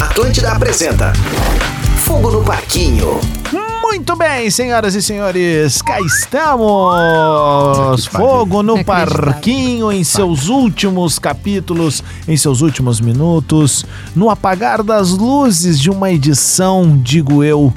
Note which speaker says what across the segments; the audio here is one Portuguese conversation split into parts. Speaker 1: Atlântida apresenta Fogo no Parquinho.
Speaker 2: Muito bem, senhoras e senhores, cá estamos! Fogo no
Speaker 3: Inacreditável.
Speaker 2: Parquinho em seus últimos capítulos, em seus últimos minutos, no apagar das luzes de uma edição, digo eu,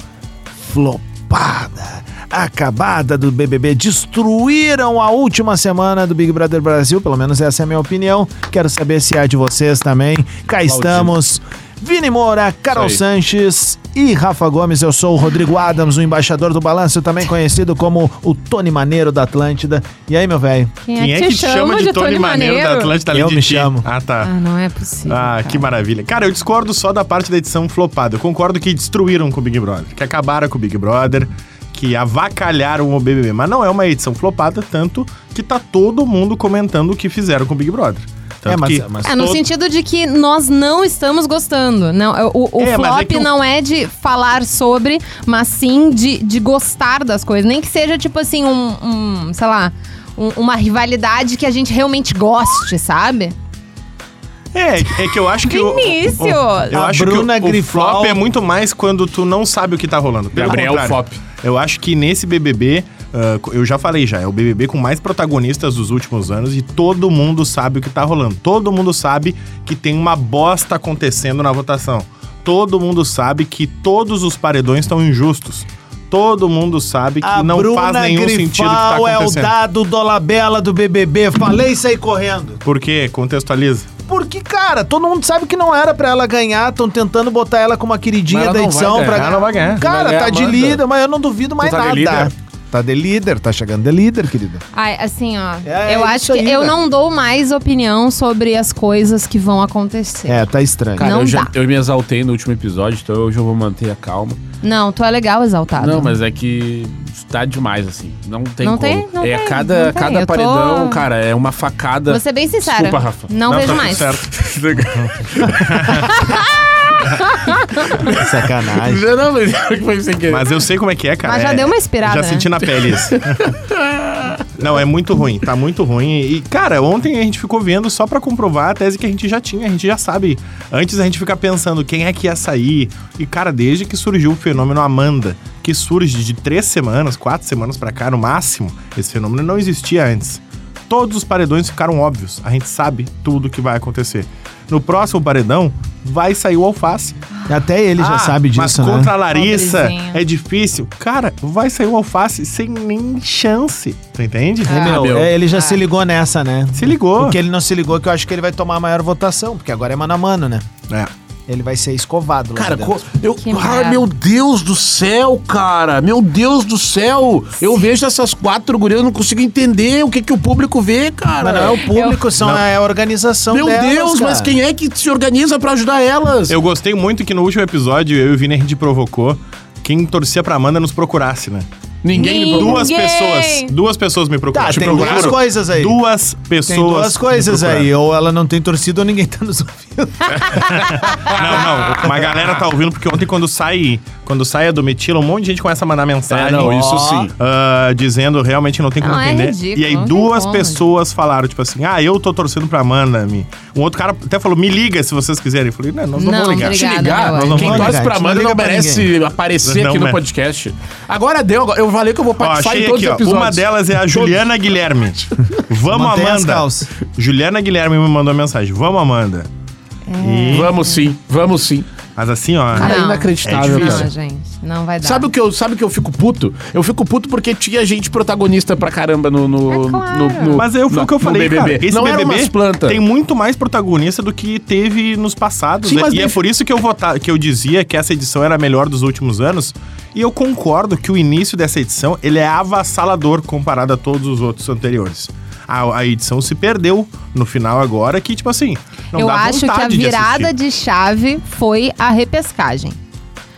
Speaker 2: flopada. Acabada do BBB, destruíram a última semana do Big Brother Brasil, pelo menos essa é a minha opinião. Quero saber se é a de vocês também. Cá estamos. Vini Moura, Carol
Speaker 4: Isso aí.
Speaker 2: Sanches e Rafa Gomes. Eu sou o Rodrigo Adams, o embaixador do balanço, também conhecido como o Tony Maneiro da Atlântida. E aí, meu velho?
Speaker 4: Quem é que te chama de Tony Maneiro da Atlântida além
Speaker 2: Eu
Speaker 4: de
Speaker 2: me
Speaker 4: ti?
Speaker 2: chamo.
Speaker 4: Ah, tá.
Speaker 3: Ah, não é possível.
Speaker 4: Ah,
Speaker 3: cara.
Speaker 4: que maravilha. Cara, eu discordo só da parte da edição flopada. Eu concordo que destruíram com o Big Brother, que acabaram com o Big Brother, que avacalharam o BBB. Mas não é uma edição flopada, tanto que tá todo mundo comentando o que fizeram com o Big Brother. Tanto
Speaker 2: É, mas-
Speaker 4: que
Speaker 2: mas
Speaker 3: É, no
Speaker 4: todo-
Speaker 3: sentido de que nós não estamos gostando. Não, é, o o
Speaker 4: É, mas
Speaker 3: flop
Speaker 4: é que o-
Speaker 3: não é de falar sobre, mas sim de, de gostar das coisas. Nem que seja, tipo assim, um, um, sei lá, um- uma rivalidade que a gente realmente goste, sabe?
Speaker 4: É, é que eu acho que. o-
Speaker 3: Vinícius!
Speaker 4: o- eu
Speaker 2: A
Speaker 4: acho
Speaker 2: Bruna
Speaker 4: que o- o,
Speaker 2: Grifal-
Speaker 4: flop é muito mais quando tu não sabe o que tá rolando. Pelo
Speaker 5: Gabriel
Speaker 4: contrário.
Speaker 5: Flop.
Speaker 4: Eu acho que nesse BBB, ah, eu já falei já, é o BBB com mais protagonistas dos últimos anos e todo mundo sabe o que tá rolando. Todo mundo sabe que tem uma bosta acontecendo na votação. Todo mundo sabe que todos os paredões estão injustos. Todo mundo sabe que
Speaker 2: A
Speaker 4: não
Speaker 2: Bruna
Speaker 4: faz nenhum
Speaker 2: Grifal
Speaker 4: sentido o que tá
Speaker 2: é o
Speaker 4: acontecendo.
Speaker 2: dado Dolabella do BBB. Falei e saí correndo.
Speaker 4: Por quê? Contextualiza.
Speaker 2: Porque, cara, todo mundo sabe que não era pra ela ganhar. Estão tentando botar ela como a queridinha
Speaker 5: Mas ela
Speaker 2: da
Speaker 5: não vai
Speaker 2: edição.
Speaker 5: ganhar,
Speaker 2: pra
Speaker 5: ela não vai ganhar.
Speaker 2: Cara,
Speaker 5: Vai ganhar
Speaker 2: tá
Speaker 5: a
Speaker 2: de
Speaker 5: Amanda.
Speaker 2: líder, mas eu não duvido mais
Speaker 5: tá de
Speaker 2: nada.
Speaker 5: líder?
Speaker 2: Tá de líder, tá chegando de líder, querida.
Speaker 3: Ai, assim, ó.
Speaker 2: É,
Speaker 3: eu
Speaker 2: é
Speaker 3: acho
Speaker 2: isso
Speaker 3: que
Speaker 2: aí,
Speaker 3: eu
Speaker 2: velho.
Speaker 3: não dou mais opinião sobre as coisas que vão acontecer.
Speaker 2: É, tá estranho.
Speaker 5: Cara,
Speaker 3: Não
Speaker 5: eu, já,
Speaker 3: dá.
Speaker 5: eu me exaltei no último episódio, então hoje eu vou manter a calma.
Speaker 3: Não, tu é legal exaltado.
Speaker 5: Não, mas é que tá demais, assim. Não tem
Speaker 3: Não
Speaker 5: como.
Speaker 3: tem, não
Speaker 5: é
Speaker 3: tem,
Speaker 5: cada,
Speaker 3: não tem.
Speaker 5: cada
Speaker 3: Eu tô-
Speaker 5: paredão, cara, é uma facada.
Speaker 3: Vou ser bem sincera.
Speaker 5: Desculpa, Rafa.
Speaker 3: Não,
Speaker 4: Não,
Speaker 3: vejo
Speaker 4: tá tudo
Speaker 3: mais.
Speaker 4: certo.
Speaker 2: Sacanagem.
Speaker 5: Não, não, mas é que foi sem querer.
Speaker 4: Mas eu sei como é que é, cara.
Speaker 3: Mas já
Speaker 4: É-
Speaker 3: deu uma inspirada,
Speaker 4: Já
Speaker 3: né?
Speaker 4: senti na pele isso. Não, é muito ruim, tá muito ruim. E, cara, ontem a gente ficou vendo só pra comprovar a tese que a gente já tinha, a gente já sabe. Antes a gente fica pensando quem é que ia sair. E, cara, desde que surgiu o fenômeno Amanda, que surge de três semanas, quatro semanas pra cá, no máximo, esse fenômeno não existia antes. Todos os paredões ficaram óbvios. A gente sabe tudo que vai acontecer. No próximo paredão, vai sair o alface.
Speaker 2: Até ele já
Speaker 4: Ah,
Speaker 2: sabe
Speaker 4: mas
Speaker 2: disso, né?
Speaker 4: contra a Larissa
Speaker 3: Pobrezinho.
Speaker 4: é difícil. Cara, vai sair o alface sem nem chance. Tu entende?
Speaker 3: É,
Speaker 5: Ah, meu,
Speaker 2: É, ele já se ligou nessa, né?
Speaker 4: Se ligou.
Speaker 2: Porque ele não se ligou que eu acho que ele vai tomar a maior votação, porque agora é mano a mano, né?
Speaker 4: É.
Speaker 2: Ele vai ser escovado lá
Speaker 5: Cara,
Speaker 2: dentro.
Speaker 5: co- eu,
Speaker 3: Que
Speaker 5: ah,
Speaker 3: merda.
Speaker 5: meu Deus do céu, cara. Meu Deus do céu. Eu vejo essas quatro gurias, eu não consigo entender o que, que o público vê, cara.
Speaker 2: Mas não é o público, são é a organização
Speaker 5: Meu
Speaker 2: delas,
Speaker 5: Deus, mas
Speaker 2: cara.
Speaker 5: quem é que se organiza pra ajudar elas?
Speaker 4: Eu gostei muito que no último episódio eu e o Vini a gente provocou quem torcia pra Amanda nos procurasse, né?
Speaker 5: Ninguém me
Speaker 3: Ninguém.
Speaker 5: procura.
Speaker 4: Duas pessoas. Duas pessoas me procuraram.
Speaker 2: Tá,
Speaker 4: Te
Speaker 2: tem
Speaker 4: procuraram?
Speaker 2: duas coisas aí.
Speaker 4: Duas pessoas.
Speaker 2: Tem duas
Speaker 4: me
Speaker 2: coisas
Speaker 4: procuraram.
Speaker 2: aí, ou ela não tem torcida ou ninguém tá nos ouvindo.
Speaker 4: Não, não. Uma galera tá ouvindo, porque ontem quando sai, quando sai a Domitila, um monte de gente começa a mandar mensagem.
Speaker 5: É, não, isso
Speaker 4: Ó.
Speaker 5: sim.
Speaker 4: Ah, dizendo realmente não tem como
Speaker 3: Não, é
Speaker 4: entender.
Speaker 3: ridículo,
Speaker 4: e aí
Speaker 3: não tem
Speaker 4: duas
Speaker 3: como.
Speaker 4: pessoas falaram, tipo assim, ah, eu tô torcendo pra Amanda. Me. Um outro cara até falou, me liga se vocês quiserem. Eu falei, não, nós não,
Speaker 3: Não,
Speaker 4: vamos ligar.
Speaker 5: te
Speaker 3: Obrigada,
Speaker 5: Tá ligar,
Speaker 3: meu
Speaker 5: nós
Speaker 3: anjo.
Speaker 5: não quem
Speaker 2: Não
Speaker 5: torce
Speaker 2: liga,
Speaker 5: pra
Speaker 2: a gente não
Speaker 5: Amanda
Speaker 2: liga
Speaker 5: não
Speaker 2: pra
Speaker 5: merece
Speaker 2: ninguém.
Speaker 5: aparecer
Speaker 4: Não
Speaker 5: aqui no
Speaker 4: merece.
Speaker 5: podcast. Agora deu, agora- eu falei que eu vou
Speaker 4: Ó,
Speaker 5: participar
Speaker 4: achei
Speaker 5: em todos
Speaker 4: aqui,
Speaker 5: os
Speaker 4: ó,
Speaker 5: episódios.
Speaker 4: uma delas é a Juliana Guilherme. Vamos,
Speaker 2: Mantenha as
Speaker 4: Amanda.
Speaker 2: calças.
Speaker 4: Juliana Guilherme me mandou mensagem. Vamos, Amanda. E-
Speaker 5: Vamos sim, vamos sim.
Speaker 4: mas assim, ó.
Speaker 5: Cara,
Speaker 3: É. Não.
Speaker 5: inacreditável,
Speaker 4: É
Speaker 5: cara.
Speaker 3: Não, gente, não vai dar.
Speaker 5: Sabe o que eu, sabe o que eu fico puto? Eu fico puto porque tinha gente protagonista pra caramba no no,
Speaker 3: É claro.
Speaker 5: no, no-
Speaker 4: Mas aí foi
Speaker 5: no-
Speaker 4: o que eu
Speaker 5: no
Speaker 4: falei,
Speaker 5: BBB.
Speaker 4: cara. Esse
Speaker 5: não eram
Speaker 4: BBB
Speaker 5: umas plantas.
Speaker 4: tem um- muito mais protagonista do que teve nos passados.
Speaker 5: Sim,
Speaker 4: né?
Speaker 5: mas
Speaker 4: e é
Speaker 5: deixa-
Speaker 4: por isso que eu, vota... que eu dizia que essa edição era a melhor dos últimos anos. E eu concordo que o início dessa edição ele é avassalador comparado a todos os outros anteriores. A, a edição se perdeu no final agora, que tipo assim, não
Speaker 3: eu
Speaker 4: dá
Speaker 3: acho que a
Speaker 4: vontade de
Speaker 3: virada
Speaker 4: assistir.
Speaker 3: de, chave foi a repescagem.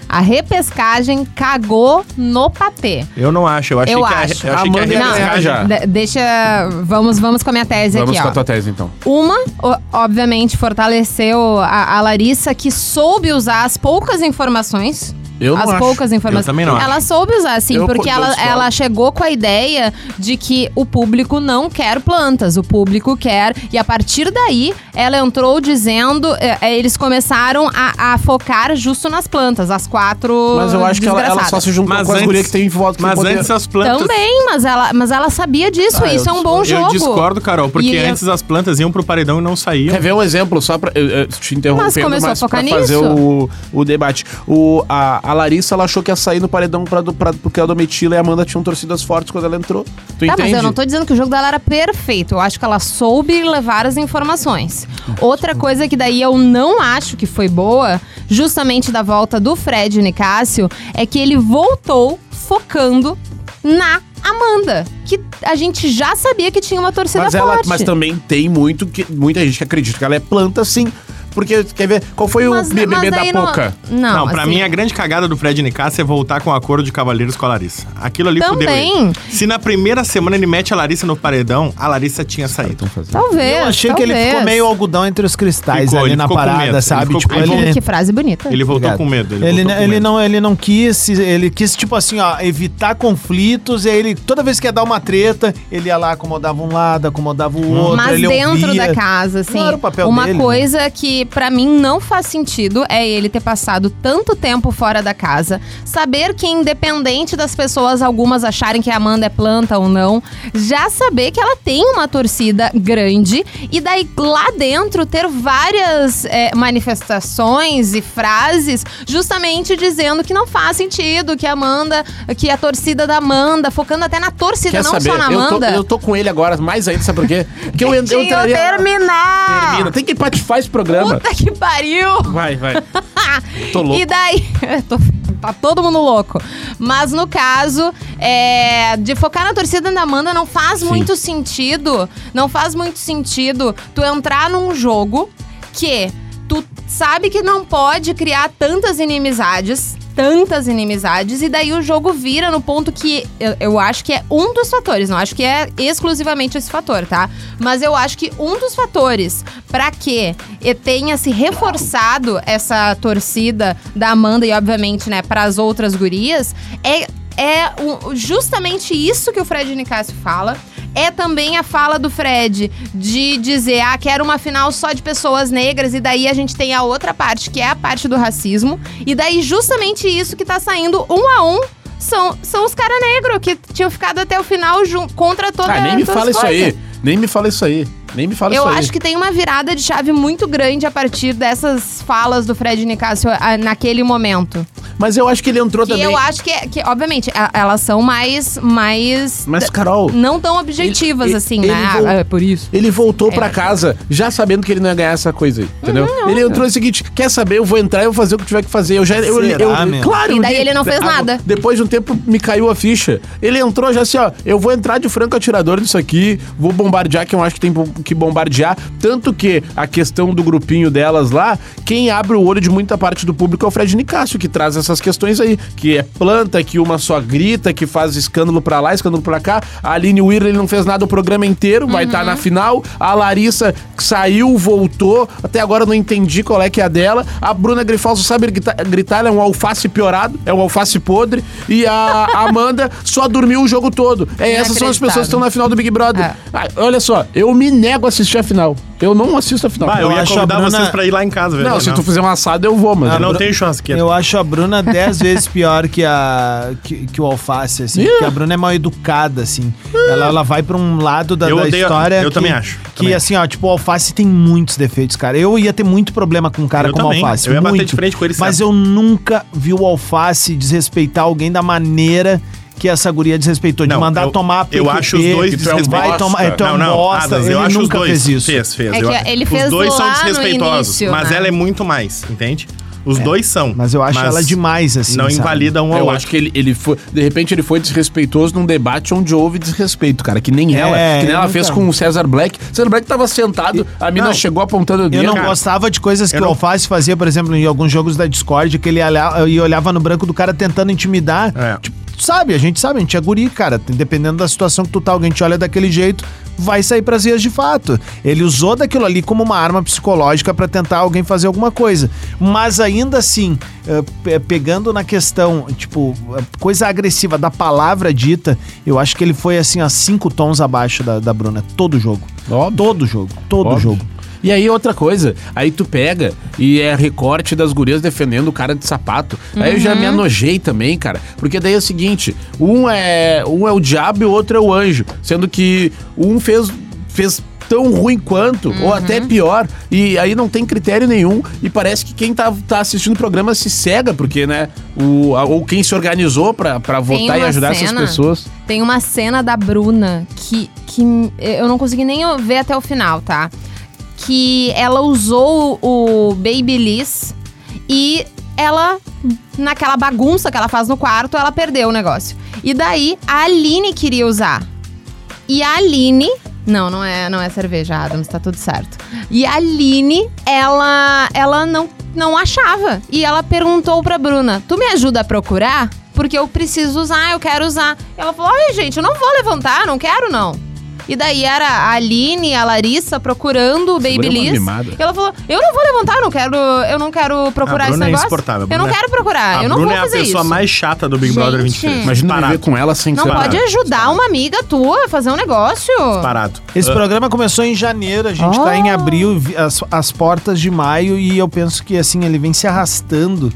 Speaker 3: A repescagem cagou no patê.
Speaker 4: Eu não acho, eu achei
Speaker 3: Eu
Speaker 4: que a,
Speaker 3: acho.
Speaker 4: eu achei
Speaker 5: Amanda
Speaker 4: que
Speaker 5: ia
Speaker 4: a
Speaker 5: ganhar
Speaker 4: repescagem-
Speaker 5: já.
Speaker 3: de- deixa. Vamos, vamos com a minha tese
Speaker 5: Vamos
Speaker 3: aqui,
Speaker 5: com
Speaker 3: ó.
Speaker 5: a tua tese, então.
Speaker 3: Uma, o- obviamente, fortaleceu a, a Larissa, que soube usar as poucas informações
Speaker 5: Eu não
Speaker 3: as
Speaker 5: acho.
Speaker 3: poucas informações.
Speaker 4: Eu também não acho.
Speaker 3: Ela soube usar, assim,
Speaker 5: Eu
Speaker 3: porque
Speaker 5: co- eu
Speaker 3: ela,
Speaker 5: discordo.
Speaker 3: ela chegou com a ideia de que o público não quer plantas, o público quer. E a partir daí, ela entrou dizendo. é, é, eles começaram a, a focar justo nas plantas, as quatro.
Speaker 5: Mas eu acho que ela, ela só
Speaker 3: desgraçadas.
Speaker 5: se juntou
Speaker 4: Mas
Speaker 5: com as
Speaker 4: antes-
Speaker 5: gurias que tem voto. que
Speaker 4: Mas
Speaker 5: tem poder.
Speaker 4: antes as plantas.
Speaker 3: Também, mas ela, mas ela sabia disso.
Speaker 5: Ah,
Speaker 3: isso é
Speaker 5: eu
Speaker 3: um bom jogo.
Speaker 4: Eu discordo, Carol, porque
Speaker 3: E-
Speaker 4: antes as plantas iam pro paredão e não saíam.
Speaker 5: Quer ver um exemplo, só pra eu, eu te interrompendo,
Speaker 3: Mas começou a
Speaker 5: pra
Speaker 3: focar
Speaker 5: fazer
Speaker 3: nisso?
Speaker 5: o, o debate. O, a, a Larissa, ela achou que ia sair no paredão pra, do- pra, porque a Domitila e a Amanda tinham torcidas fortes quando ela entrou. Tu
Speaker 3: Tá,
Speaker 5: entende?
Speaker 3: mas eu não tô dizendo que o jogo dela era perfeito. Eu acho que ela soube levar as informações. Outra coisa que daí eu não acho que foi boa, justamente da volta do Fred Nicásio, é que ele voltou focando na Amanda, que a gente já sabia que tinha uma torcida
Speaker 5: mas, ela,
Speaker 3: forte.
Speaker 5: mas também tem muito que, muita gente que acredita que ela é planta, sim. Porque, quer ver, qual foi
Speaker 3: Mas-
Speaker 5: o BBB
Speaker 3: mas
Speaker 5: da
Speaker 3: daí não-
Speaker 5: Poca?
Speaker 3: Não,
Speaker 4: Não, pra
Speaker 3: assim,
Speaker 4: mim
Speaker 2: é-
Speaker 4: a grande cagada do Fred Nicasso é voltar com o acordo de Cavaleiros com a Larissa. Aquilo ali fudeu
Speaker 3: Também.
Speaker 4: ele. Se na primeira semana ele mete a Larissa no paredão, a Larissa tinha saído.
Speaker 3: Talvez.
Speaker 2: Eu achei que ele
Speaker 3: É, talvez.
Speaker 2: ficou meio algodão entre os cristais
Speaker 4: Ficou,
Speaker 2: ali
Speaker 4: ele
Speaker 2: na
Speaker 4: ficou com
Speaker 2: parada,
Speaker 4: medo, ele
Speaker 2: sabe?
Speaker 4: ficou
Speaker 2: tipo,
Speaker 4: com medo.
Speaker 2: ele...
Speaker 3: Ai, Que frase bonita.
Speaker 4: Ele voltou
Speaker 2: Obrigado.
Speaker 4: com medo. Ele,
Speaker 2: Ele,
Speaker 4: voltou
Speaker 2: não-
Speaker 4: com
Speaker 2: ele
Speaker 4: medo.
Speaker 2: não, ele não quis, se- ele quis tipo assim, ó, evitar conflitos. E aí ele toda vez que ia dar uma treta, ele ia lá acomodava um lado, acomodava
Speaker 4: Uhum.
Speaker 2: o outro.
Speaker 3: Mas
Speaker 2: ele
Speaker 3: dentro
Speaker 2: ouvia.
Speaker 3: da casa, assim,
Speaker 2: Claro, o papel
Speaker 3: uma
Speaker 2: dele, né?
Speaker 3: coisa que pra mim não faz sentido é ele ter passado tanto tempo fora da casa, saber que independente das pessoas algumas acharem que a Amanda é planta ou não, já saber que ela tem uma torcida grande e daí lá dentro ter várias é, manifestações e frases justamente dizendo que não faz sentido que a Amanda, que a torcida da Amanda, focando até na torcida,
Speaker 5: Quer
Speaker 3: não
Speaker 5: saber?
Speaker 3: só na
Speaker 5: Eu tô,
Speaker 3: Amanda.
Speaker 5: eu tô com ele agora, mais ainda, sabe por quê? Porque eu, en- eu
Speaker 3: Tinha
Speaker 5: entraria...
Speaker 3: terminar!
Speaker 5: Termina. Tem que patifar esse programa.
Speaker 3: Puta que pariu!
Speaker 5: Vai, vai. Tô louco.
Speaker 3: E daí? Tô- tá todo mundo louco. Mas no caso, é, de focar na torcida da Amanda não faz muito sentido. Não faz muito sentido tu entrar num jogo que tu sabe que não pode criar tantas inimizades. Tantas inimizades, e daí o jogo vira no ponto que eu, eu acho que é um dos fatores, não acho que é exclusivamente esse fator, tá? Mas eu acho que um dos fatores para que e tenha se reforçado essa torcida da Amanda e, obviamente, né, para as outras gurias, é, é o- justamente isso que o Fred Nicásio fala. É também a fala do Fred de dizer, ah, quero uma final só de pessoas negras, e daí a gente tem a outra parte, que é a parte do racismo. E daí, justamente isso que tá saindo um a um são, são os caras negros que tinham ficado até o final jun- contra toda
Speaker 5: Ah, nem me
Speaker 3: todas
Speaker 5: fala
Speaker 3: as
Speaker 5: isso
Speaker 3: coisas.
Speaker 5: aí. Nem me fala isso aí. Nem me fala
Speaker 3: Eu
Speaker 5: isso aí.
Speaker 3: acho que tem uma virada de chave muito grande a partir dessas falas do Fred Nicásio ah, naquele momento.
Speaker 5: Mas eu acho que ele entrou
Speaker 3: Que
Speaker 5: também.
Speaker 3: eu acho que, que obviamente, a- elas são mais. mais
Speaker 5: Mas, Carol,
Speaker 3: não tão objetivas,
Speaker 5: tipo, ele-
Speaker 3: Hum, assim,
Speaker 5: ele
Speaker 3: né?
Speaker 5: vol-
Speaker 3: Ah, é Uhum, por isso.
Speaker 5: ele voltou pra casa já sabendo que ele não ia ganhar essa coisa aí, entendeu? ele entrou no seguinte: quer saber, eu vou entrar, eu vou fazer o que tiver que fazer. Eu já. Eu, eu,
Speaker 2: Será,
Speaker 5: eu-
Speaker 2: meu?
Speaker 5: claro,
Speaker 3: E
Speaker 5: eu
Speaker 3: daí
Speaker 5: li-
Speaker 3: ele não fez
Speaker 5: Ah,
Speaker 3: nada.
Speaker 5: Depois de um tempo, me caiu a ficha. Ele entrou já assim: ó, eu vou entrar de franco atirador nisso aqui, vou bombardear quem eu acho que tem bom- que bombardear. Tanto que a questão do grupinho delas lá, quem abre o olho de muita parte do público é o Fred Nicásio, que traz essas questões aí, que é planta, que uma só grita, que faz escândalo pra lá, escândalo pra cá. A Aline Wheeler ele não fez nada o programa inteiro, vai estar na final. A Larissa saiu, voltou, até agora eu não entendi qual é que é a dela. A Bruna Grifalso sabe grita- gritar, ela é um alface piorado, é um alface podre. E a Amanda só dormiu o jogo todo. É, essas são as pessoas que estão na final do Big Brother.
Speaker 3: É.
Speaker 5: Ah, olha só, eu me nego a assistir a final. Eu não assisto a final.
Speaker 4: Bah, Ah, eu,
Speaker 2: Eu
Speaker 4: ia
Speaker 2: acho a
Speaker 4: convidar
Speaker 2: Bruna-
Speaker 4: vocês pra ir lá em casa, velho.
Speaker 5: não, se tu fizer um assado, eu vou, mas.
Speaker 4: Eu Ah, não tenho churrasqueira.
Speaker 2: Eu acho a Bruna dez vezes pior que a que, que o Alface, assim.
Speaker 5: Ih.
Speaker 2: Porque a Bruna é mal educada, assim. Ela, ela vai pra um lado da,
Speaker 4: Eu
Speaker 2: da
Speaker 4: odeio-
Speaker 2: história.
Speaker 4: eu
Speaker 2: que,
Speaker 4: também acho,
Speaker 2: Que,
Speaker 4: também.
Speaker 2: assim, ó, tipo, o Alface tem muitos defeitos, cara. Eu ia ter muito problema com um cara
Speaker 4: Eu
Speaker 2: como o
Speaker 4: também.
Speaker 2: Alface.
Speaker 4: Eu ia bater
Speaker 2: muito.
Speaker 4: de frente com ele,
Speaker 2: Mas
Speaker 4: sabe?
Speaker 2: eu nunca vi o Alface desrespeitar alguém da maneira. Que essa guria desrespeitou, de
Speaker 4: Não,
Speaker 2: mandar
Speaker 4: eu-
Speaker 2: tomar
Speaker 4: eu acho os dois
Speaker 2: que tu é um
Speaker 4: desrespeitosos. Ah,
Speaker 2: Vai tomar, é, tu é um
Speaker 4: não, não,
Speaker 2: bosta,
Speaker 4: Adams,
Speaker 2: ele
Speaker 4: eu acho
Speaker 2: nunca
Speaker 4: os dois.
Speaker 2: fez isso.
Speaker 4: Fez, fez.
Speaker 3: É
Speaker 4: eu
Speaker 3: que
Speaker 4: acho.
Speaker 3: ele
Speaker 4: os
Speaker 3: fez
Speaker 4: dois
Speaker 3: lá
Speaker 4: são
Speaker 3: no
Speaker 4: desrespeitosos,
Speaker 3: início,
Speaker 4: mas
Speaker 3: né?
Speaker 4: ela é muito mais, entende? Os dois são.
Speaker 2: É. Mas eu acho ela demais, assim,
Speaker 4: Não
Speaker 2: sabe?
Speaker 4: invalida um ao
Speaker 5: Eu
Speaker 4: outro.
Speaker 5: acho que ele, ele foi. De repente ele foi desrespeitoso num debate onde houve desrespeito, cara. Que nem
Speaker 2: É,
Speaker 5: ela. Que nem ela
Speaker 2: então.
Speaker 5: fez com o César Black. César Black tava sentado, a mina
Speaker 2: não.
Speaker 5: chegou apontando o
Speaker 2: Eu
Speaker 5: dedo.
Speaker 2: não
Speaker 5: cara.
Speaker 2: gostava de coisas que
Speaker 4: eu
Speaker 2: o
Speaker 4: não-
Speaker 2: Alface fazia, por exemplo, em alguns jogos da Discord, que ele olha- e olhava no branco do cara tentando intimidar.
Speaker 4: É.
Speaker 2: Tipo, tu sabe, a gente sabe, a gente é guri, cara. Tem- Dependendo da situação que tu tá, alguém te olha daquele jeito, vai sair para as vias de fato. Ele usou daquilo ali como uma arma psicológica para tentar alguém fazer alguma coisa. Mas ainda assim, eh, pe- pegando na questão, tipo, eh, coisa agressiva da palavra dita, eu acho que ele foi assim, a cinco tons abaixo da, da Bruna. Todo jogo.
Speaker 5: Óbvio.
Speaker 2: Todo jogo. Todo
Speaker 5: Óbvio.
Speaker 2: jogo.
Speaker 5: E aí, outra coisa, aí tu pega e é recorte das gurias defendendo o cara de sapato. Aí eu já
Speaker 3: Uhum.
Speaker 5: me anojei também, cara. Porque daí é o seguinte: um é, um é o diabo e o outro é o anjo. Sendo que um fez. fez tão ruim quanto, ou até
Speaker 3: Uhum.
Speaker 5: pior, e aí não tem critério nenhum, e parece que quem tá, tá assistindo o programa se cega, porque, né, o, a- ou quem se organizou pra pra votar e
Speaker 3: uma
Speaker 5: ajudar essas
Speaker 3: cena-
Speaker 5: pessoas.
Speaker 3: Tem uma cena da Bruna que, que eu não consegui nem ver até o final, tá? Que ela usou o Babyliss e ela, naquela bagunça que ela faz no quarto, ela perdeu o negócio. E daí a Aline queria usar. E a Aline. Não, não é, não é cerveja, Adams, tá tudo certo. E a Aline, ela, ela não, não achava. E ela perguntou pra Bruna: Tu me ajuda a procurar? Porque eu preciso usar, eu quero usar. E ela falou: Olha, gente, eu não vou levantar, não quero não. E daí era a Aline e a Larissa procurando o
Speaker 5: Essa mulher é uma
Speaker 3: Babyliss.
Speaker 5: mimada.
Speaker 3: Ela falou: Eu não vou levantar, eu não quero, eu não quero procurar
Speaker 4: A
Speaker 3: esse
Speaker 4: Bruna é
Speaker 3: negócio.
Speaker 4: insuportável,
Speaker 3: eu não
Speaker 4: Bruna é-
Speaker 3: quero procurar,
Speaker 4: a
Speaker 3: Ah, eu não
Speaker 4: Bruna
Speaker 3: vou
Speaker 4: é a
Speaker 3: fazer
Speaker 4: pessoa
Speaker 3: isso.
Speaker 4: mais chata do Big Brother
Speaker 3: Gente.
Speaker 4: 23.
Speaker 5: Imagina viver
Speaker 4: Parado.
Speaker 5: com ela sem
Speaker 3: Não
Speaker 5: ser
Speaker 3: pode
Speaker 5: nada.
Speaker 4: tá
Speaker 3: ajudar uma amiga tua a fazer um negócio?
Speaker 4: Parado.
Speaker 2: Esse programa começou em janeiro, a gente tá
Speaker 3: Ah.
Speaker 2: em abril, vi- as, as portas de maio, e eu penso que assim, ele vem se arrastando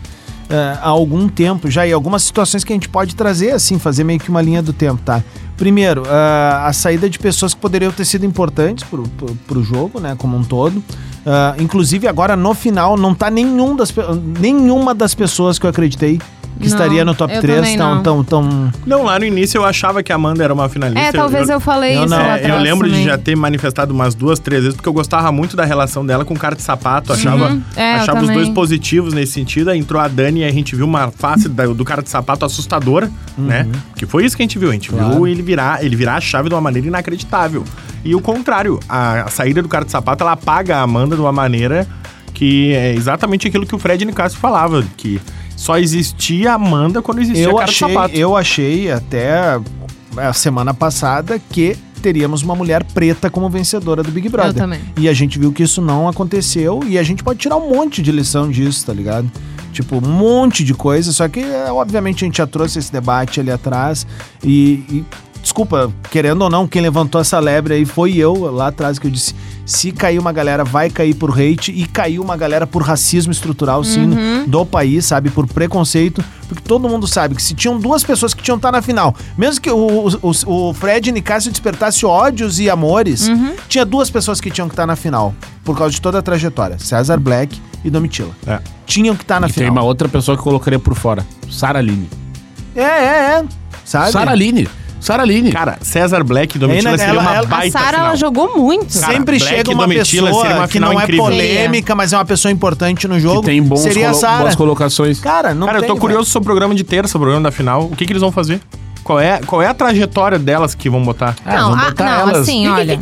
Speaker 2: eh, há algum tempo já, e algumas situações que a gente pode trazer, assim, fazer meio que uma linha do tempo, tá? Primeiro, ah, a saída de pessoas que poderiam ter sido importantes pro, pro, pro jogo, né, como um todo. Ah, inclusive, agora no final, não tá nenhum das, pe- nenhuma das pessoas que eu acreditei que
Speaker 3: Não,
Speaker 2: estaria no top
Speaker 3: eu
Speaker 2: 3
Speaker 3: também
Speaker 2: tão,
Speaker 3: não.
Speaker 2: tão, tão.
Speaker 4: Não, lá no início eu achava que a Amanda era uma finalista.
Speaker 3: É, talvez eu, falei
Speaker 2: eu
Speaker 3: isso
Speaker 2: não.
Speaker 3: lá
Speaker 4: É,
Speaker 3: atrás
Speaker 4: eu lembro
Speaker 3: também.
Speaker 4: de já ter manifestado umas duas, três vezes, porque eu gostava muito da relação dela com o cara de sapato. Achava,
Speaker 3: É, eu
Speaker 4: achava os
Speaker 3: também.
Speaker 4: dois positivos nesse sentido. Aí entrou a Dani e a gente viu uma face da- do cara de sapato assustadora,
Speaker 2: Uhum.
Speaker 4: né? Que foi isso que a gente viu. A gente viu ele virar, ele virar a chave de uma maneira inacreditável. E o contrário, a, a saída do cara de sapato, ela apaga a Amanda de uma maneira que é exatamente aquilo que o Fred Nicásio falava, que só existia a Amanda quando existia o
Speaker 2: eu
Speaker 4: cara de
Speaker 2: achei,
Speaker 4: sapato.
Speaker 2: eu achei até a semana passada que teríamos uma mulher preta como vencedora do Big Brother.
Speaker 3: Eu também.
Speaker 2: E a gente viu que isso não aconteceu e a gente pode tirar um monte de lição disso, tá ligado? Tipo, um monte de coisa, só que é, obviamente a gente já trouxe esse debate ali atrás e, e, desculpa, querendo ou não, quem levantou essa lebre aí foi eu lá atrás que eu disse, se cair uma galera vai cair por hate e caiu uma galera por racismo estrutural sim
Speaker 3: Uhum.
Speaker 2: do país, sabe, por preconceito, porque todo mundo sabe que se tinham duas pessoas que tinham que estar na final, mesmo que o, o, o Fred e Nicásio despertasse ódios e amores,
Speaker 3: Uhum.
Speaker 2: tinha duas pessoas que tinham que estar na final, por causa de toda a trajetória, César Black e Domitila.
Speaker 4: É.
Speaker 2: Tinham que estar na
Speaker 5: E tem
Speaker 2: final.
Speaker 5: uma outra pessoa que eu colocaria por fora. Sara Aline.
Speaker 2: É, é, é. Sabe?
Speaker 5: Sara Aline. Sara Aline.
Speaker 4: Cara, César Black e Domitila
Speaker 2: Ela-
Speaker 4: seria uma
Speaker 2: ela- a
Speaker 3: A
Speaker 4: baita
Speaker 3: Sara,
Speaker 4: final.
Speaker 3: ela jogou muito.
Speaker 4: Cara,
Speaker 2: Sempre
Speaker 4: Black
Speaker 2: chega
Speaker 4: e
Speaker 2: uma
Speaker 4: Domitila
Speaker 2: pessoa
Speaker 4: seria uma
Speaker 2: que
Speaker 4: final
Speaker 2: não
Speaker 4: incrível.
Speaker 2: é polêmica, mas é uma pessoa importante no jogo.
Speaker 5: que tem bons
Speaker 2: seria a
Speaker 5: colo-
Speaker 2: Sara.
Speaker 5: boas colocações.
Speaker 2: Cara, não
Speaker 4: Cara, eu
Speaker 2: tem,
Speaker 4: tô
Speaker 2: velho.
Speaker 4: curioso sobre o programa de terça, o programa da final. O que, que eles vão fazer? Qual é, qual é a trajetória delas que vão botar?
Speaker 3: não,
Speaker 5: vamos
Speaker 3: ah,
Speaker 5: botar
Speaker 3: não,
Speaker 5: elas.
Speaker 3: assim, olha.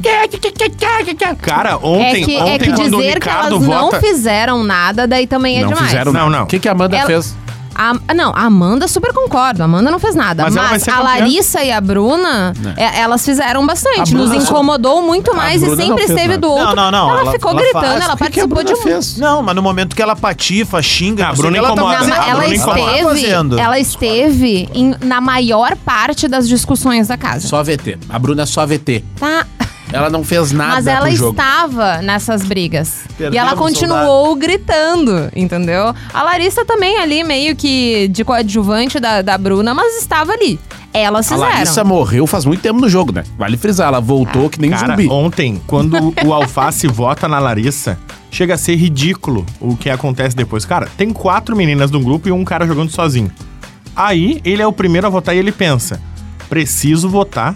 Speaker 4: Cara, ontem,
Speaker 3: é que,
Speaker 4: ontem
Speaker 3: é que
Speaker 4: quando o
Speaker 3: dizer que elas
Speaker 4: Ricardo
Speaker 3: não
Speaker 4: vota.
Speaker 3: fizeram nada, daí também é
Speaker 5: não
Speaker 3: demais.
Speaker 5: fizeram
Speaker 4: Não,
Speaker 5: nada.
Speaker 4: não.
Speaker 5: O que, que a Amanda
Speaker 3: Ela-
Speaker 5: fez?
Speaker 3: A- não, a Amanda super concordo. A Amanda não fez nada.
Speaker 4: Mas
Speaker 3: Mas,
Speaker 4: ela vai ser
Speaker 3: a
Speaker 4: campeã.
Speaker 3: Larissa e a Bruna, é, elas fizeram bastante.
Speaker 5: A
Speaker 3: Nos
Speaker 5: Bruna-
Speaker 3: incomodou muito mais e
Speaker 5: Bruna não
Speaker 3: sempre
Speaker 5: fez
Speaker 3: esteve
Speaker 5: nada.
Speaker 3: do outro.
Speaker 2: Não, não, não,
Speaker 3: Ela,
Speaker 2: ela-
Speaker 3: ficou
Speaker 2: ela
Speaker 3: gritando,
Speaker 2: faz.
Speaker 3: ela
Speaker 5: O que que a
Speaker 3: participou de
Speaker 5: Bruna
Speaker 3: um.
Speaker 5: fez?
Speaker 2: Não, mas no momento que ela patifa, xinga,
Speaker 4: Ah,
Speaker 2: não
Speaker 4: a
Speaker 2: sei
Speaker 4: Bruna
Speaker 2: o que, ela
Speaker 4: incomoda.
Speaker 3: Não,
Speaker 2: fazendo,
Speaker 3: mas
Speaker 2: ela tá
Speaker 4: a
Speaker 3: ela tá
Speaker 4: Bruna incomoda.
Speaker 3: esteve, ela esteve em- na maior parte das discussões da casa.
Speaker 5: Só VT. A Bruna é só VT.
Speaker 3: Tá.
Speaker 5: Ela não fez nada
Speaker 3: Mas
Speaker 5: pro
Speaker 3: ela
Speaker 5: jogo.
Speaker 3: estava nessas brigas.
Speaker 2: Perdemos
Speaker 3: e ela continuou gritando, entendeu? A Larissa também ali, meio que de coadjuvante da, da Bruna, mas estava ali. Elas
Speaker 5: A
Speaker 3: fizeram.
Speaker 5: Larissa morreu faz muito tempo no jogo, né? Vale frisar, ela voltou que nem
Speaker 4: Cara,
Speaker 5: zumbi.
Speaker 4: ontem, quando o Alface vota na Larissa, chega a ser ridículo o que acontece depois. Cara, tem quatro meninas num grupo e um cara jogando sozinho. Aí, ele é o primeiro a votar e ele pensa: preciso votar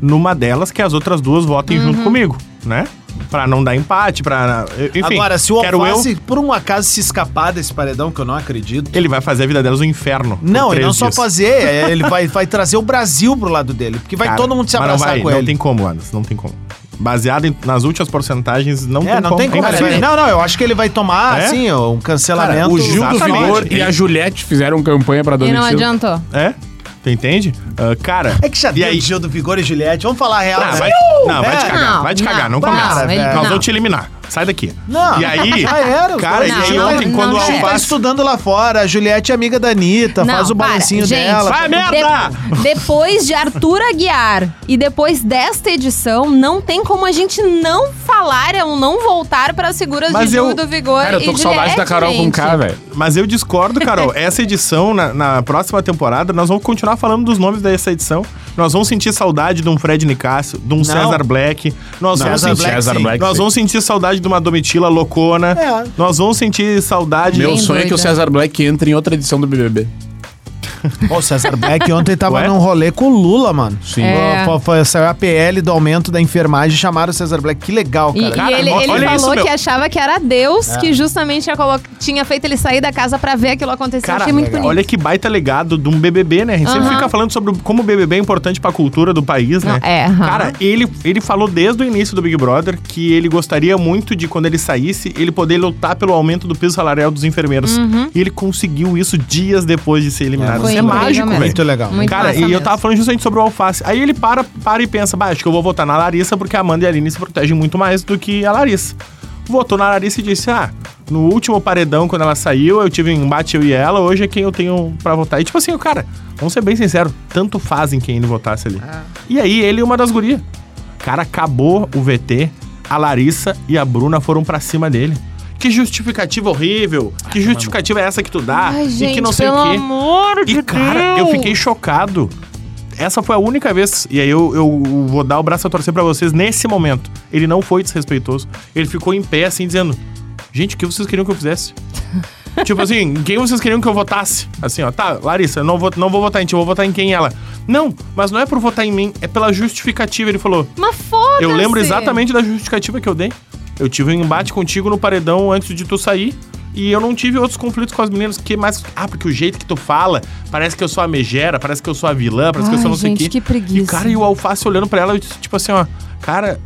Speaker 4: numa delas que as outras duas votem junto comigo, né? Pra não dar empate, pra. Enfim,
Speaker 2: Agora, se o
Speaker 4: quero eu,
Speaker 2: Alface, por um acaso, se escapar desse paredão, que eu não acredito.
Speaker 4: ele vai fazer a vida delas um inferno. por
Speaker 2: Não, ele
Speaker 4: três
Speaker 2: não só
Speaker 4: dias.
Speaker 2: fazer, é, ele vai, vai trazer o Brasil pro lado dele. Porque vai
Speaker 4: Cara,
Speaker 2: todo mundo se
Speaker 4: mas
Speaker 2: abraçar
Speaker 4: não vai,
Speaker 2: com
Speaker 4: não
Speaker 2: ele.
Speaker 4: tem como, Anderson, não tem como. Baseado em- nas últimas porcentagens, não
Speaker 2: é,
Speaker 4: tem
Speaker 2: não
Speaker 4: como.
Speaker 2: tem como.
Speaker 4: cara,
Speaker 2: ele vai-
Speaker 4: vai-
Speaker 2: Não, não, eu acho que ele vai tomar,
Speaker 4: É?
Speaker 2: assim, um
Speaker 5: Cara,
Speaker 2: cancelamento.
Speaker 5: o Gil do
Speaker 4: Exatamente.
Speaker 5: Vigor e a Juliette fizeram campanha pra
Speaker 3: E não
Speaker 5: Domitila.
Speaker 3: adiantou.
Speaker 4: É? Tu entende? Ah, cara.
Speaker 2: É que já
Speaker 4: e
Speaker 2: deu
Speaker 4: aí-
Speaker 2: o Gil do Vigor e Juliette. Vamos falar a real.
Speaker 4: Ah,
Speaker 2: né?
Speaker 4: vai, não, vai te
Speaker 2: É.
Speaker 4: cagar,
Speaker 3: Não,
Speaker 4: vai te
Speaker 3: não,
Speaker 4: cagar, não,
Speaker 3: para,
Speaker 4: começa.
Speaker 3: velho.
Speaker 4: Nós
Speaker 3: Não.
Speaker 4: vamos te eliminar. Sai daqui.
Speaker 2: Não.
Speaker 4: E aí,
Speaker 2: Já era. os
Speaker 4: cara,
Speaker 2: dois.
Speaker 4: e
Speaker 3: Não,
Speaker 4: aí
Speaker 3: não,
Speaker 4: ontem,
Speaker 3: não,
Speaker 4: quando o
Speaker 3: não,
Speaker 2: Gil tá
Speaker 4: Alface
Speaker 2: estudando lá fora. A Juliette é amiga da Anitta.
Speaker 3: Não,
Speaker 2: faz o
Speaker 3: para,
Speaker 2: balancinho
Speaker 3: gente.
Speaker 2: dela. tá
Speaker 4: Vai, merda!
Speaker 3: De- depois de Arthur Aguiar e depois desta edição, não tem como a gente não falar ou não voltar para as figuras
Speaker 4: Mas
Speaker 3: de
Speaker 4: eu-
Speaker 3: Gil do Vigor
Speaker 5: Cara, eu
Speaker 3: e
Speaker 5: tô com saudade
Speaker 3: Juliette,
Speaker 5: da Carol
Speaker 3: gente.
Speaker 5: com K, velho.
Speaker 4: Mas eu discordo, Carol. Essa edição, na, na próxima temporada, nós vamos continuar falando dos nomes dessa edição. Nós vamos sentir saudade de um Fred Nicásio, de um César Black. Nós,
Speaker 2: Não,
Speaker 4: vamos
Speaker 2: César
Speaker 4: sentir,
Speaker 2: Black,
Speaker 5: César
Speaker 2: sim.
Speaker 5: Black.
Speaker 4: nós vamos sentir saudade de uma Domitila loucona.
Speaker 2: É.
Speaker 4: Nós vamos sentir saudade.
Speaker 5: Meu
Speaker 3: Bem
Speaker 5: sonho é que o
Speaker 3: doida.
Speaker 5: César Black entre em outra edição do BBB.
Speaker 2: Pô, o César Black ontem tava
Speaker 4: Ué?
Speaker 2: num rolê com o Lula, mano. Sim.
Speaker 3: É.
Speaker 2: Foi, foi- saiu a PL do aumento da enfermagem chamaram o César Black. Que legal,
Speaker 3: E,
Speaker 2: cara.
Speaker 3: e ele,
Speaker 4: olha
Speaker 3: ele
Speaker 4: isso,
Speaker 3: falou
Speaker 4: meu. É.
Speaker 3: que achava que era Deus que justamente tinha, colo- tinha feito ele sair da casa para ver aquilo acontecer.
Speaker 4: Cara,
Speaker 3: Achei muito bonito.
Speaker 4: olha que baita legado de um BBB, né? A gente sempre
Speaker 3: Aham.
Speaker 4: fica falando sobre como o BBB é importante pra cultura do país, né?
Speaker 3: Não, é, aham.
Speaker 4: Cara, ele, ele falou desde o início do Big Brother que ele gostaria muito de, quando ele saísse, ele poder lutar pelo aumento do piso salarial dos enfermeiros. E ele conseguiu isso dias depois de ser eliminado.
Speaker 3: Uhum. Foi
Speaker 4: isso é
Speaker 3: incrível
Speaker 4: mágico,
Speaker 3: mesmo.
Speaker 4: velho.
Speaker 2: Muito legal.
Speaker 3: Muito
Speaker 4: Cara,
Speaker 3: massa
Speaker 4: e eu
Speaker 3: mesmo.
Speaker 4: tava falando justamente sobre o alface. Aí ele para, para e pensa, bah, acho que eu vou votar na Larissa porque a Amanda e a Aline se protegem muito mais do que a Larissa. Votou na Larissa e disse, ah, no último paredão, quando ela saiu, eu tive um embate, eu e ela, hoje é quem eu tenho pra votar. E tipo assim, o cara, vamos ser bem sinceros, tanto fazem quem ele votasse ali. E aí ele e uma das gurias. Cara, acabou o VT, a Larissa e a Bruna foram pra cima dele. Que justificativa horrível! Que justificativa é essa que tu dá?
Speaker 3: Ai,
Speaker 4: e
Speaker 3: gente,
Speaker 4: que não sei
Speaker 3: pelo
Speaker 4: o quê.
Speaker 3: amor de
Speaker 4: E, cara, eu
Speaker 3: Deus.
Speaker 4: fiquei chocado. Essa foi a única vez, e aí eu, eu vou dar o braço a torcer pra vocês nesse momento. Ele não foi desrespeitoso. Ele ficou em pé, assim, dizendo: Gente, o que vocês queriam que eu fizesse? tipo assim, em quem vocês queriam que eu votasse? Assim, ó, tá, Larissa, eu não vou, não vou votar em ti, eu vou votar em quem ela. Não, mas não é por votar em mim, é pela justificativa. Ele falou:
Speaker 3: Mas foda-se.
Speaker 4: eu lembro exatamente da justificativa que eu dei. Eu tive um embate contigo no paredão antes de tu sair. E eu não tive outros conflitos com as meninas, que mais. Ah, porque o jeito que tu fala, parece que eu sou a megera, parece que eu sou a vilã, parece que eu
Speaker 3: Ai,
Speaker 4: sou não sei o
Speaker 3: gente,
Speaker 4: quê.
Speaker 3: que preguiça.
Speaker 4: E, cara, e o alface olhando pra ela, eu disse, tipo assim, ó, cara,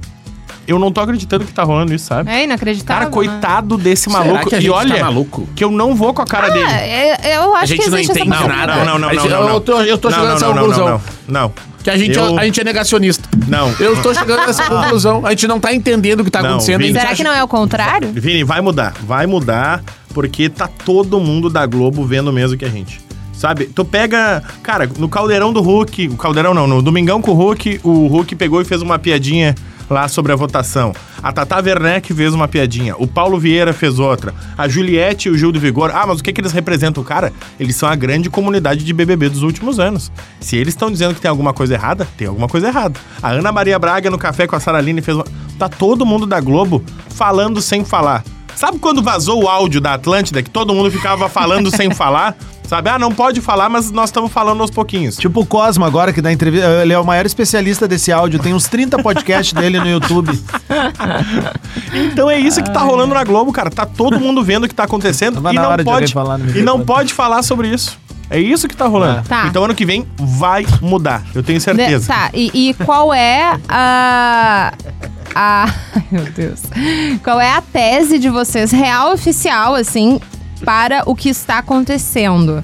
Speaker 4: eu não tô acreditando que tá rolando isso, sabe?
Speaker 3: É inacreditável.
Speaker 4: Cara, coitado desse
Speaker 5: Será
Speaker 4: maluco.
Speaker 5: que a
Speaker 4: e
Speaker 5: gente tá
Speaker 4: olha,
Speaker 5: maluco?
Speaker 4: que eu não vou com a cara dele.
Speaker 3: né? É, eu acho que existe essa possibilidade.
Speaker 4: nada. Não, não, não,
Speaker 5: Eu-
Speaker 4: não, não.
Speaker 5: Eu tô, eu tô chegando nessa conclusão.
Speaker 4: não, não.
Speaker 5: Que a gente,
Speaker 4: Eu-
Speaker 5: é, a gente é negacionista.
Speaker 4: Não.
Speaker 5: Eu tô chegando nessa conclusão. A gente não tá entendendo o que tá
Speaker 4: Não,
Speaker 5: acontecendo. a
Speaker 4: Vini.
Speaker 5: gente
Speaker 3: Será
Speaker 5: acha-
Speaker 3: que não é o contrário?
Speaker 4: Vini, vai mudar. Vai mudar, porque tá todo mundo da Globo vendo o mesmo que a gente. Sabe? Tu pega. Cara, no caldeirão do Hulk. O caldeirão não, no Domingão com o Hulk, o Hulk pegou e fez uma piadinha lá sobre a votação. A Tata Werneck fez uma piadinha. O Paulo Vieira fez outra. A Juliette e o Gil do Vigor. Ah, mas o que, que eles representam, cara? Eles são a grande comunidade de BBB dos últimos anos. Se eles estão dizendo que tem alguma coisa errada, tem alguma coisa errada. A Ana Maria Braga no café com a Saraline fez uma. Tá todo mundo da Globo falando sem falar. Sabe quando vazou o áudio da Atlântida, que todo mundo ficava falando sem falar? Sabe? Ah, não pode falar, mas nós estamos falando aos pouquinhos.
Speaker 2: Tipo o Cosmo agora, que dá entrevista. Ele é o maior especialista desse áudio. Tem uns 30 podcasts dele no YouTube.
Speaker 4: Então é isso que tá rolando na Globo, cara. Tá todo mundo vendo o que tá acontecendo
Speaker 2: Tava
Speaker 4: e
Speaker 2: na
Speaker 4: não
Speaker 2: hora de
Speaker 4: pode
Speaker 2: alguém falar no
Speaker 4: e não
Speaker 2: microfone.
Speaker 4: pode falar sobre isso. É isso que tá rolando.
Speaker 3: Tá.
Speaker 4: Então ano que vem vai mudar, eu tenho certeza.
Speaker 3: De- tá, e, e qual é a. a ai, meu Deus. Qual é a tese de vocês, real oficial, assim, para o que está acontecendo?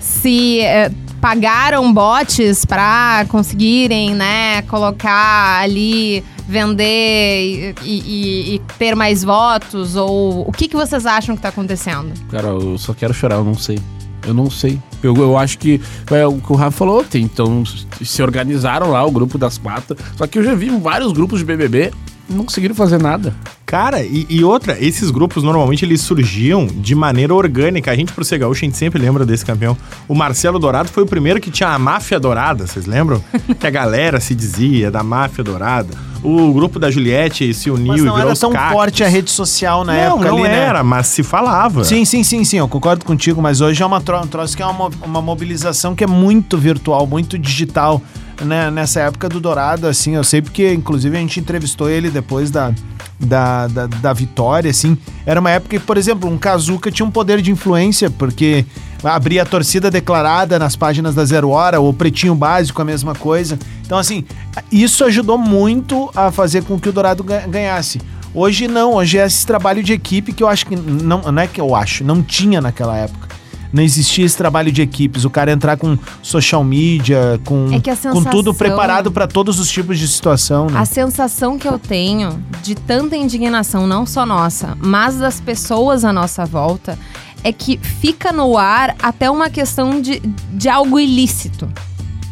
Speaker 3: Se. eh, Pagaram bots para conseguirem, né, colocar ali, vender e, e- e ter mais votos? Ou o que, que vocês acham que tá acontecendo?
Speaker 5: Cara, eu só quero chorar, eu não sei. Eu não sei. Eu, eu acho que é o que o Rafa falou, tem, então se organizaram lá o grupo das quatro. Só que eu já vi vários grupos de BBB não conseguiram fazer nada.
Speaker 4: Cara, e, e outra, esses grupos normalmente eles surgiam de maneira orgânica. A gente, pro ser gaúcho, a gente sempre lembra desse campeão. O Marcelo Dourado foi o primeiro que tinha a máfia dourada, vocês lembram? que a galera se dizia da máfia dourada. O grupo da Juliette se uniu
Speaker 2: Mas
Speaker 4: e
Speaker 2: não
Speaker 4: virou
Speaker 2: era
Speaker 4: os
Speaker 2: tão
Speaker 4: cactos.
Speaker 2: forte a rede social na
Speaker 4: não,
Speaker 2: época
Speaker 4: não
Speaker 2: ali, né?
Speaker 4: era, mas se falava.
Speaker 2: Sim, sim, sim, sim, eu concordo contigo, mas hoje é uma tro um troço que é uma, mo- uma mobilização que é muito virtual, muito digital, né? Nessa época do Dourado, assim, eu sei porque, inclusive, a gente entrevistou ele depois da, da, da, da vitória, assim. Era uma época que, por exemplo, um Kazuca tinha um poder de influência, porque abria a torcida declarada nas páginas da Zero Hora, ou Pretinho Básico, a mesma coisa. Então, assim, isso ajudou muito a fazer com que o Dourado ga- ganhasse. Hoje não, hoje é esse trabalho de equipe que eu acho que não, não é que eu acho, não tinha naquela época. não existia esse trabalho de equipes. O cara entrar com social media, com,
Speaker 3: É que a
Speaker 2: Hum. com tudo
Speaker 3: sensação-
Speaker 2: preparado pra todos os tipos de situação, né?
Speaker 3: A sensação que eu tenho de tanta indignação, não só nossa, mas das pessoas à nossa volta, é que fica no ar até uma questão de, de algo ilícito.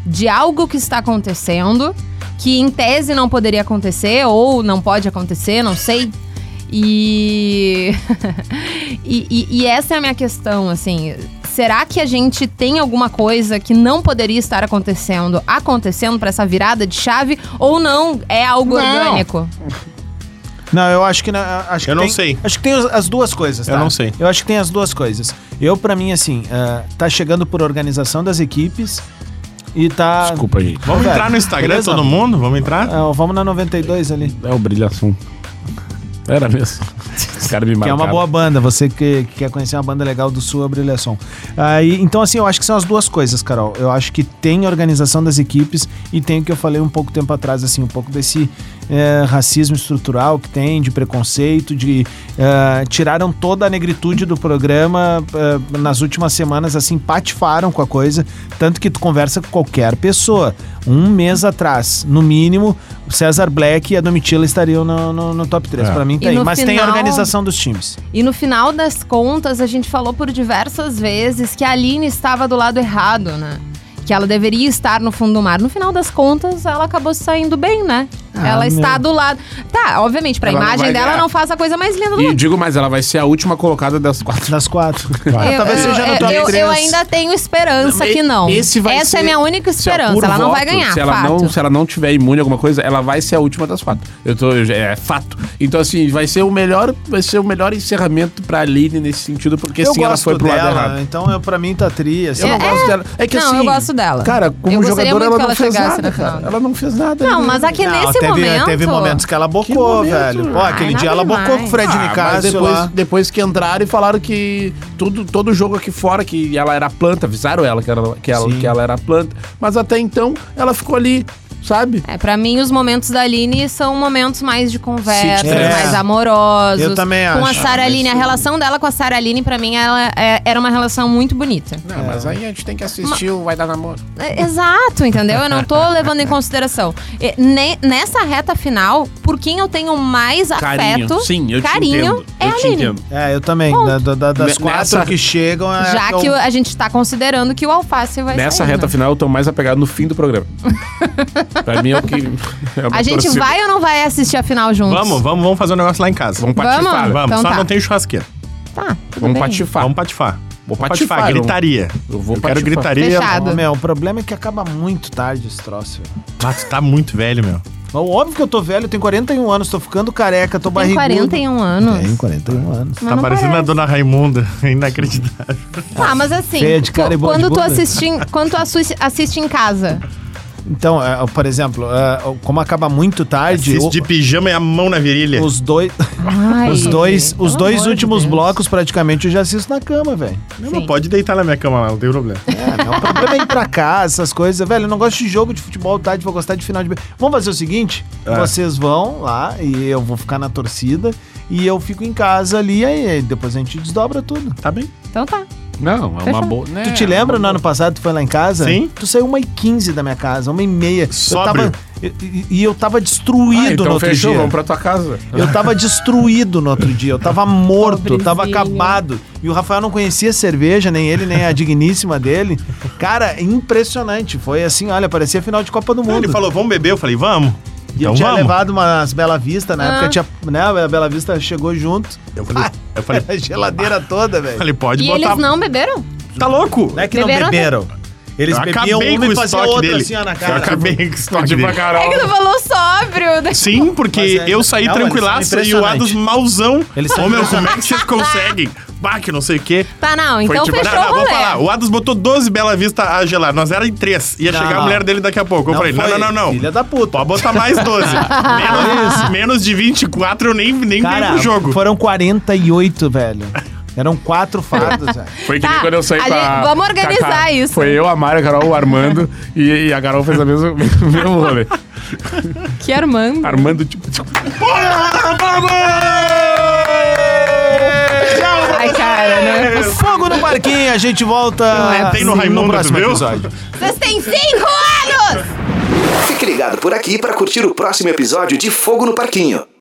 Speaker 3: De algo que está acontecendo, que em tese não poderia acontecer, ou não pode acontecer, não sei. E... e, e- e essa é a minha questão, assim. Será que a gente tem alguma coisa que não poderia estar acontecendo, acontecendo para essa virada de chave? Ou não? É algo orgânico?
Speaker 2: Não, eu acho que não. Acho que
Speaker 4: Eu não
Speaker 2: tem-
Speaker 4: sei.
Speaker 2: Acho que tem as- as duas coisas.
Speaker 4: Eu
Speaker 2: tá?
Speaker 4: não sei.
Speaker 2: Eu acho que tem as duas coisas. Eu, pra mim, assim, ah, tá chegando por organização das equipes e tá.
Speaker 5: Desculpa, gente.
Speaker 4: Vamos
Speaker 2: Velho,
Speaker 4: entrar no Instagram,
Speaker 2: beleza?
Speaker 4: todo mundo? Vamos entrar?
Speaker 2: Ah, vamos na 92 ali.
Speaker 5: É o brilhação. Era mesmo. Os caras me
Speaker 2: Que é
Speaker 5: marcaram.
Speaker 2: uma boa banda, você que, que quer conhecer uma banda legal do Sul, abre o som. Aí, então, assim, eu acho que são as duas coisas, Carol. Eu acho que tem organização das equipes e tem o que eu falei um pouco tempo atrás, assim, um pouco desse eh, racismo estrutural que tem, de preconceito, de. eh, tiraram toda a negritude do programa eh, nas últimas semanas, assim, patifaram com a coisa. Tanto que tu conversa com qualquer pessoa. Um mês atrás, no mínimo, o César Black e a Domitila estariam no, no- no top 3.
Speaker 5: É.
Speaker 2: pra mim,
Speaker 3: E
Speaker 2: tem.
Speaker 3: no
Speaker 2: Mas tem
Speaker 3: final-
Speaker 2: organização são dos times.
Speaker 3: E no final das contas, a gente falou por diversas vezes que a Aline estava do lado errado, né? Que ela deveria estar no fundo do mar. No final das contas, ela acabou se saindo bem, né?
Speaker 2: Ah,
Speaker 3: ela está
Speaker 2: meu.
Speaker 3: do lado. Tá, obviamente, pra
Speaker 5: Ela não
Speaker 3: imagem
Speaker 5: vai
Speaker 3: dela
Speaker 5: ganhar.
Speaker 3: não faz a coisa mais linda do
Speaker 5: E
Speaker 3: mundo.
Speaker 5: digo mais, ela vai ser a última colocada das quatro.
Speaker 2: Das quatro. Ah,
Speaker 3: Eu,
Speaker 2: Talvez
Speaker 3: eu-
Speaker 2: seja no
Speaker 3: eu-
Speaker 2: top
Speaker 3: eu,
Speaker 2: três.
Speaker 3: eu ainda tenho esperança que não.
Speaker 5: Esse vai
Speaker 3: Essa é
Speaker 5: ser-
Speaker 3: minha única
Speaker 5: se apura
Speaker 3: esperança.
Speaker 5: o
Speaker 3: Ela não vai
Speaker 5: voto,
Speaker 3: ganhar,
Speaker 5: Se ela,
Speaker 3: fato.
Speaker 5: não, se ela não tiver imune a alguma coisa, ela vai ser a última das quatro. Eu tô, eu já- é fato. Então, assim, vai ser o melhor, vai ser o melhor encerramento pra Aline nesse sentido, porque
Speaker 2: eu
Speaker 5: sim, ela foi pro lado errado.
Speaker 2: então eu, pra mim tá tri. assim.
Speaker 5: Eu não
Speaker 3: É,
Speaker 5: gosto dela. É que
Speaker 3: não,
Speaker 5: assim.
Speaker 3: eu gosto dela.
Speaker 5: Cara, como
Speaker 3: Eu gostaria
Speaker 5: jogadora,
Speaker 3: muito
Speaker 5: ela
Speaker 3: que
Speaker 5: não
Speaker 3: ela
Speaker 5: fez
Speaker 3: chegasse
Speaker 5: nada,
Speaker 3: na
Speaker 5: cara.
Speaker 3: final.
Speaker 5: Ela não fez nada. né?
Speaker 3: Não, mas aqui
Speaker 2: Não,
Speaker 3: nesse
Speaker 2: ah, teve,
Speaker 3: momento.
Speaker 2: teve momentos que ela
Speaker 5: Que
Speaker 2: bocou,
Speaker 5: momento?
Speaker 2: velho. Pô,
Speaker 5: Ai,
Speaker 2: aquele
Speaker 3: nada
Speaker 2: dia ela bocou com o
Speaker 3: demais.
Speaker 2: Fred
Speaker 5: Ah, mas
Speaker 2: Nicásio
Speaker 5: depois,
Speaker 2: lá.
Speaker 5: depois que entraram e falaram que tudo, todo jogo aqui fora, que ela era planta, avisaram ela que, era, que, ela,
Speaker 2: Sim.
Speaker 5: que ela era planta. Mas até então, ela ficou ali, sabe?
Speaker 3: É, pra mim, os momentos da Aline são momentos mais de conversa,
Speaker 2: É.
Speaker 3: mais amorosos.
Speaker 2: Eu também
Speaker 3: Com a
Speaker 2: acho.
Speaker 3: Sara Aline, a relação dela com a Sara Aline, pra mim, ela é- era uma relação muito bonita.
Speaker 5: Não, mas aí a gente tem que assistir o Vai Dar Namoro.
Speaker 3: É, Exato, entendeu? Eu não tô levando em consideração. E ne- nessa reta final, por quem eu tenho mais
Speaker 5: Carinho.
Speaker 3: afeto,
Speaker 5: Sim, eu te
Speaker 3: Tá carinho,
Speaker 5: entendo.
Speaker 3: é
Speaker 5: eu
Speaker 3: a
Speaker 5: te
Speaker 3: Aline.
Speaker 5: entendo.
Speaker 2: É, eu também.
Speaker 3: Ponto.
Speaker 2: Da- da- da- das
Speaker 5: Nessa-
Speaker 2: quatro que chegam... É
Speaker 3: Já
Speaker 2: eu-
Speaker 3: que a gente tá considerando que o alface vai
Speaker 5: então- Nessa
Speaker 3: sair,
Speaker 5: reta
Speaker 3: né?
Speaker 5: final, eu tô mais apegado no fim do programa. pra mim é o que. é o
Speaker 3: A
Speaker 5: meu
Speaker 3: gente
Speaker 5: torcido.
Speaker 3: vai ou não vai assistir a final juntos?
Speaker 4: Vamos, vamos, vamos fazer um negócio lá em casa.
Speaker 5: Vamos
Speaker 3: Vamos?
Speaker 5: patifar. Vamos,
Speaker 4: Vamos,
Speaker 3: Então
Speaker 4: só
Speaker 3: tá.
Speaker 4: não tem churrasqueira.
Speaker 3: Tá, tudo
Speaker 5: vamos
Speaker 3: bem.
Speaker 5: patifar.
Speaker 4: Vamos patifar.
Speaker 5: Vou
Speaker 4: Vamos
Speaker 5: patifar, tá- eu-
Speaker 4: gritaria.
Speaker 5: eu vou
Speaker 4: quero
Speaker 5: patifar.
Speaker 4: gritaria.
Speaker 3: Fechado.
Speaker 2: Ô, meu, o problema é que acaba muito tarde esse troço. velho.
Speaker 4: Ah, tu tá muito velho, meu.
Speaker 2: Ó, Óbvio que eu tô velho, eu tenho 41 anos, tô ficando careca, tô
Speaker 3: Tem
Speaker 2: barrigudo.
Speaker 3: 41 anos.
Speaker 2: Tenho 41 anos.
Speaker 3: Mas
Speaker 4: tá
Speaker 3: não
Speaker 4: parecendo
Speaker 3: parece.
Speaker 4: a dona Raimunda. Inacreditável.
Speaker 3: Tá, mas assim,
Speaker 2: Feia de cara e
Speaker 3: tu-
Speaker 2: boa de
Speaker 3: quando tu
Speaker 2: bunda.
Speaker 3: assiste, em- quando tu assu- assiste em casa,
Speaker 2: Então, é, por exemplo, é, como acaba muito
Speaker 5: É
Speaker 2: tarde...
Speaker 4: De,
Speaker 2: o-
Speaker 4: de pijama e a mão na virilha.
Speaker 2: os dois,
Speaker 3: Ai,
Speaker 2: os dois,
Speaker 3: pelo
Speaker 2: os dois
Speaker 3: amor de
Speaker 2: últimos
Speaker 3: Deus.
Speaker 2: blocos praticamente eu já assisto na cama, velho.
Speaker 4: Não,
Speaker 3: Sim.
Speaker 4: mas pode deitar na minha cama lá, não tem problema.
Speaker 2: É, não, o problema é ir pra cá, essas coisas. Velho, eu não gosto de jogo de futebol tarde, vou gostar de final de. Vamos fazer o seguinte:
Speaker 4: É.
Speaker 2: vocês vão lá e eu vou ficar na torcida e eu fico em casa ali, aí depois a gente desdobra tudo.
Speaker 4: Tá bem.
Speaker 3: Então tá.
Speaker 5: Não, é uma
Speaker 3: Fechado.
Speaker 5: boa. né,
Speaker 2: tu te
Speaker 5: é uma
Speaker 2: lembra no
Speaker 5: boa.
Speaker 2: ano passado tu foi lá em casa?
Speaker 4: Sim.
Speaker 2: Tu saiu 1h15 da minha casa, 1h30.
Speaker 4: Sóbrio.
Speaker 2: Eu tava, e, e eu tava destruído
Speaker 5: Ah,
Speaker 2: no
Speaker 5: então
Speaker 2: outro
Speaker 5: fechou,
Speaker 2: dia.
Speaker 5: vamos pra tua casa.
Speaker 2: Eu tava destruído no outro dia, eu tava morto, eu tava
Speaker 3: Pobrezinho.
Speaker 2: acabado. E o Rafael não conhecia cerveja, nem ele, nem a digníssima dele. Cara, impressionante. Foi assim, olha, parecia final de Copa do
Speaker 4: Não,
Speaker 2: Mundo.
Speaker 4: ele falou, vamos beber. Eu falei, vamos.
Speaker 2: e eu
Speaker 4: então
Speaker 2: tinha
Speaker 4: vamos.
Speaker 2: levado umas Bela Vista, na
Speaker 3: Ah.
Speaker 2: época tinha, né, a Bela Vista chegou junto.
Speaker 4: Eu falei, eu falei, "Ah,
Speaker 2: A geladeira toda, velho.
Speaker 4: falei, pode
Speaker 3: e
Speaker 4: botar.
Speaker 3: eles não beberam?
Speaker 4: Tá louco?
Speaker 2: Não é que não
Speaker 3: Beberam até-
Speaker 2: beberam. Eles
Speaker 4: Eu
Speaker 2: bebiam
Speaker 4: acabei
Speaker 2: uma
Speaker 4: com o
Speaker 2: e faziam
Speaker 4: estoque
Speaker 2: outra
Speaker 4: dele.
Speaker 2: assim, ó, na
Speaker 4: Eu
Speaker 2: cara.
Speaker 4: acabei com o estoque dele.
Speaker 3: É que tu falou sóbrio. né?
Speaker 4: Sim, porque
Speaker 2: Mas é-
Speaker 4: eu saí
Speaker 2: não, eles
Speaker 4: tranquilaço
Speaker 2: são
Speaker 4: e o Ados
Speaker 2: impressionantes.
Speaker 4: mauzão.
Speaker 2: Eles são
Speaker 4: Ô, meu, como é que vocês conseguem? Bah, que não sei o quê.
Speaker 3: Tá, não.
Speaker 4: Foi
Speaker 3: Então
Speaker 4: tipo,
Speaker 3: fechou
Speaker 4: não, não,
Speaker 3: o rolê.
Speaker 4: vamos falar. O Ados botou 12 Bela Vista a gelar. Nós era em 3. Ia
Speaker 2: Não,
Speaker 4: chegar
Speaker 2: não.
Speaker 4: a mulher dele daqui a pouco. Eu falei, não,
Speaker 2: foi,
Speaker 4: não, não, não.
Speaker 2: Filha da puta.
Speaker 4: Pode botar mais 12. menos, menos de 24 eu nem, nem
Speaker 2: Cara,
Speaker 4: venho pro jogo.
Speaker 2: foram 48, velho. Eram quatro fadas, velho.
Speaker 5: Foi que
Speaker 3: Tá,
Speaker 5: nem quando eu saí
Speaker 3: a
Speaker 5: com a-
Speaker 3: gente- vamos organizar
Speaker 5: com a Ca-
Speaker 3: isso.
Speaker 5: Foi eu, a Mari, a Carol, o Armando e, e a Carol fez a mesma, o mesmo rolê.
Speaker 3: Que Armando.
Speaker 5: Armando, tipo, tipo,
Speaker 4: Vamos!
Speaker 3: Ai, cara, não é possível.
Speaker 2: Fogo no no parquinho, a gente volta.
Speaker 4: É, tem no Raimundo,
Speaker 2: próximo
Speaker 4: tu viu?
Speaker 2: episódio.
Speaker 3: Vocês têm cinco anos!
Speaker 1: Fique ligado por aqui para curtir o próximo episódio de Fogo no Parquinho.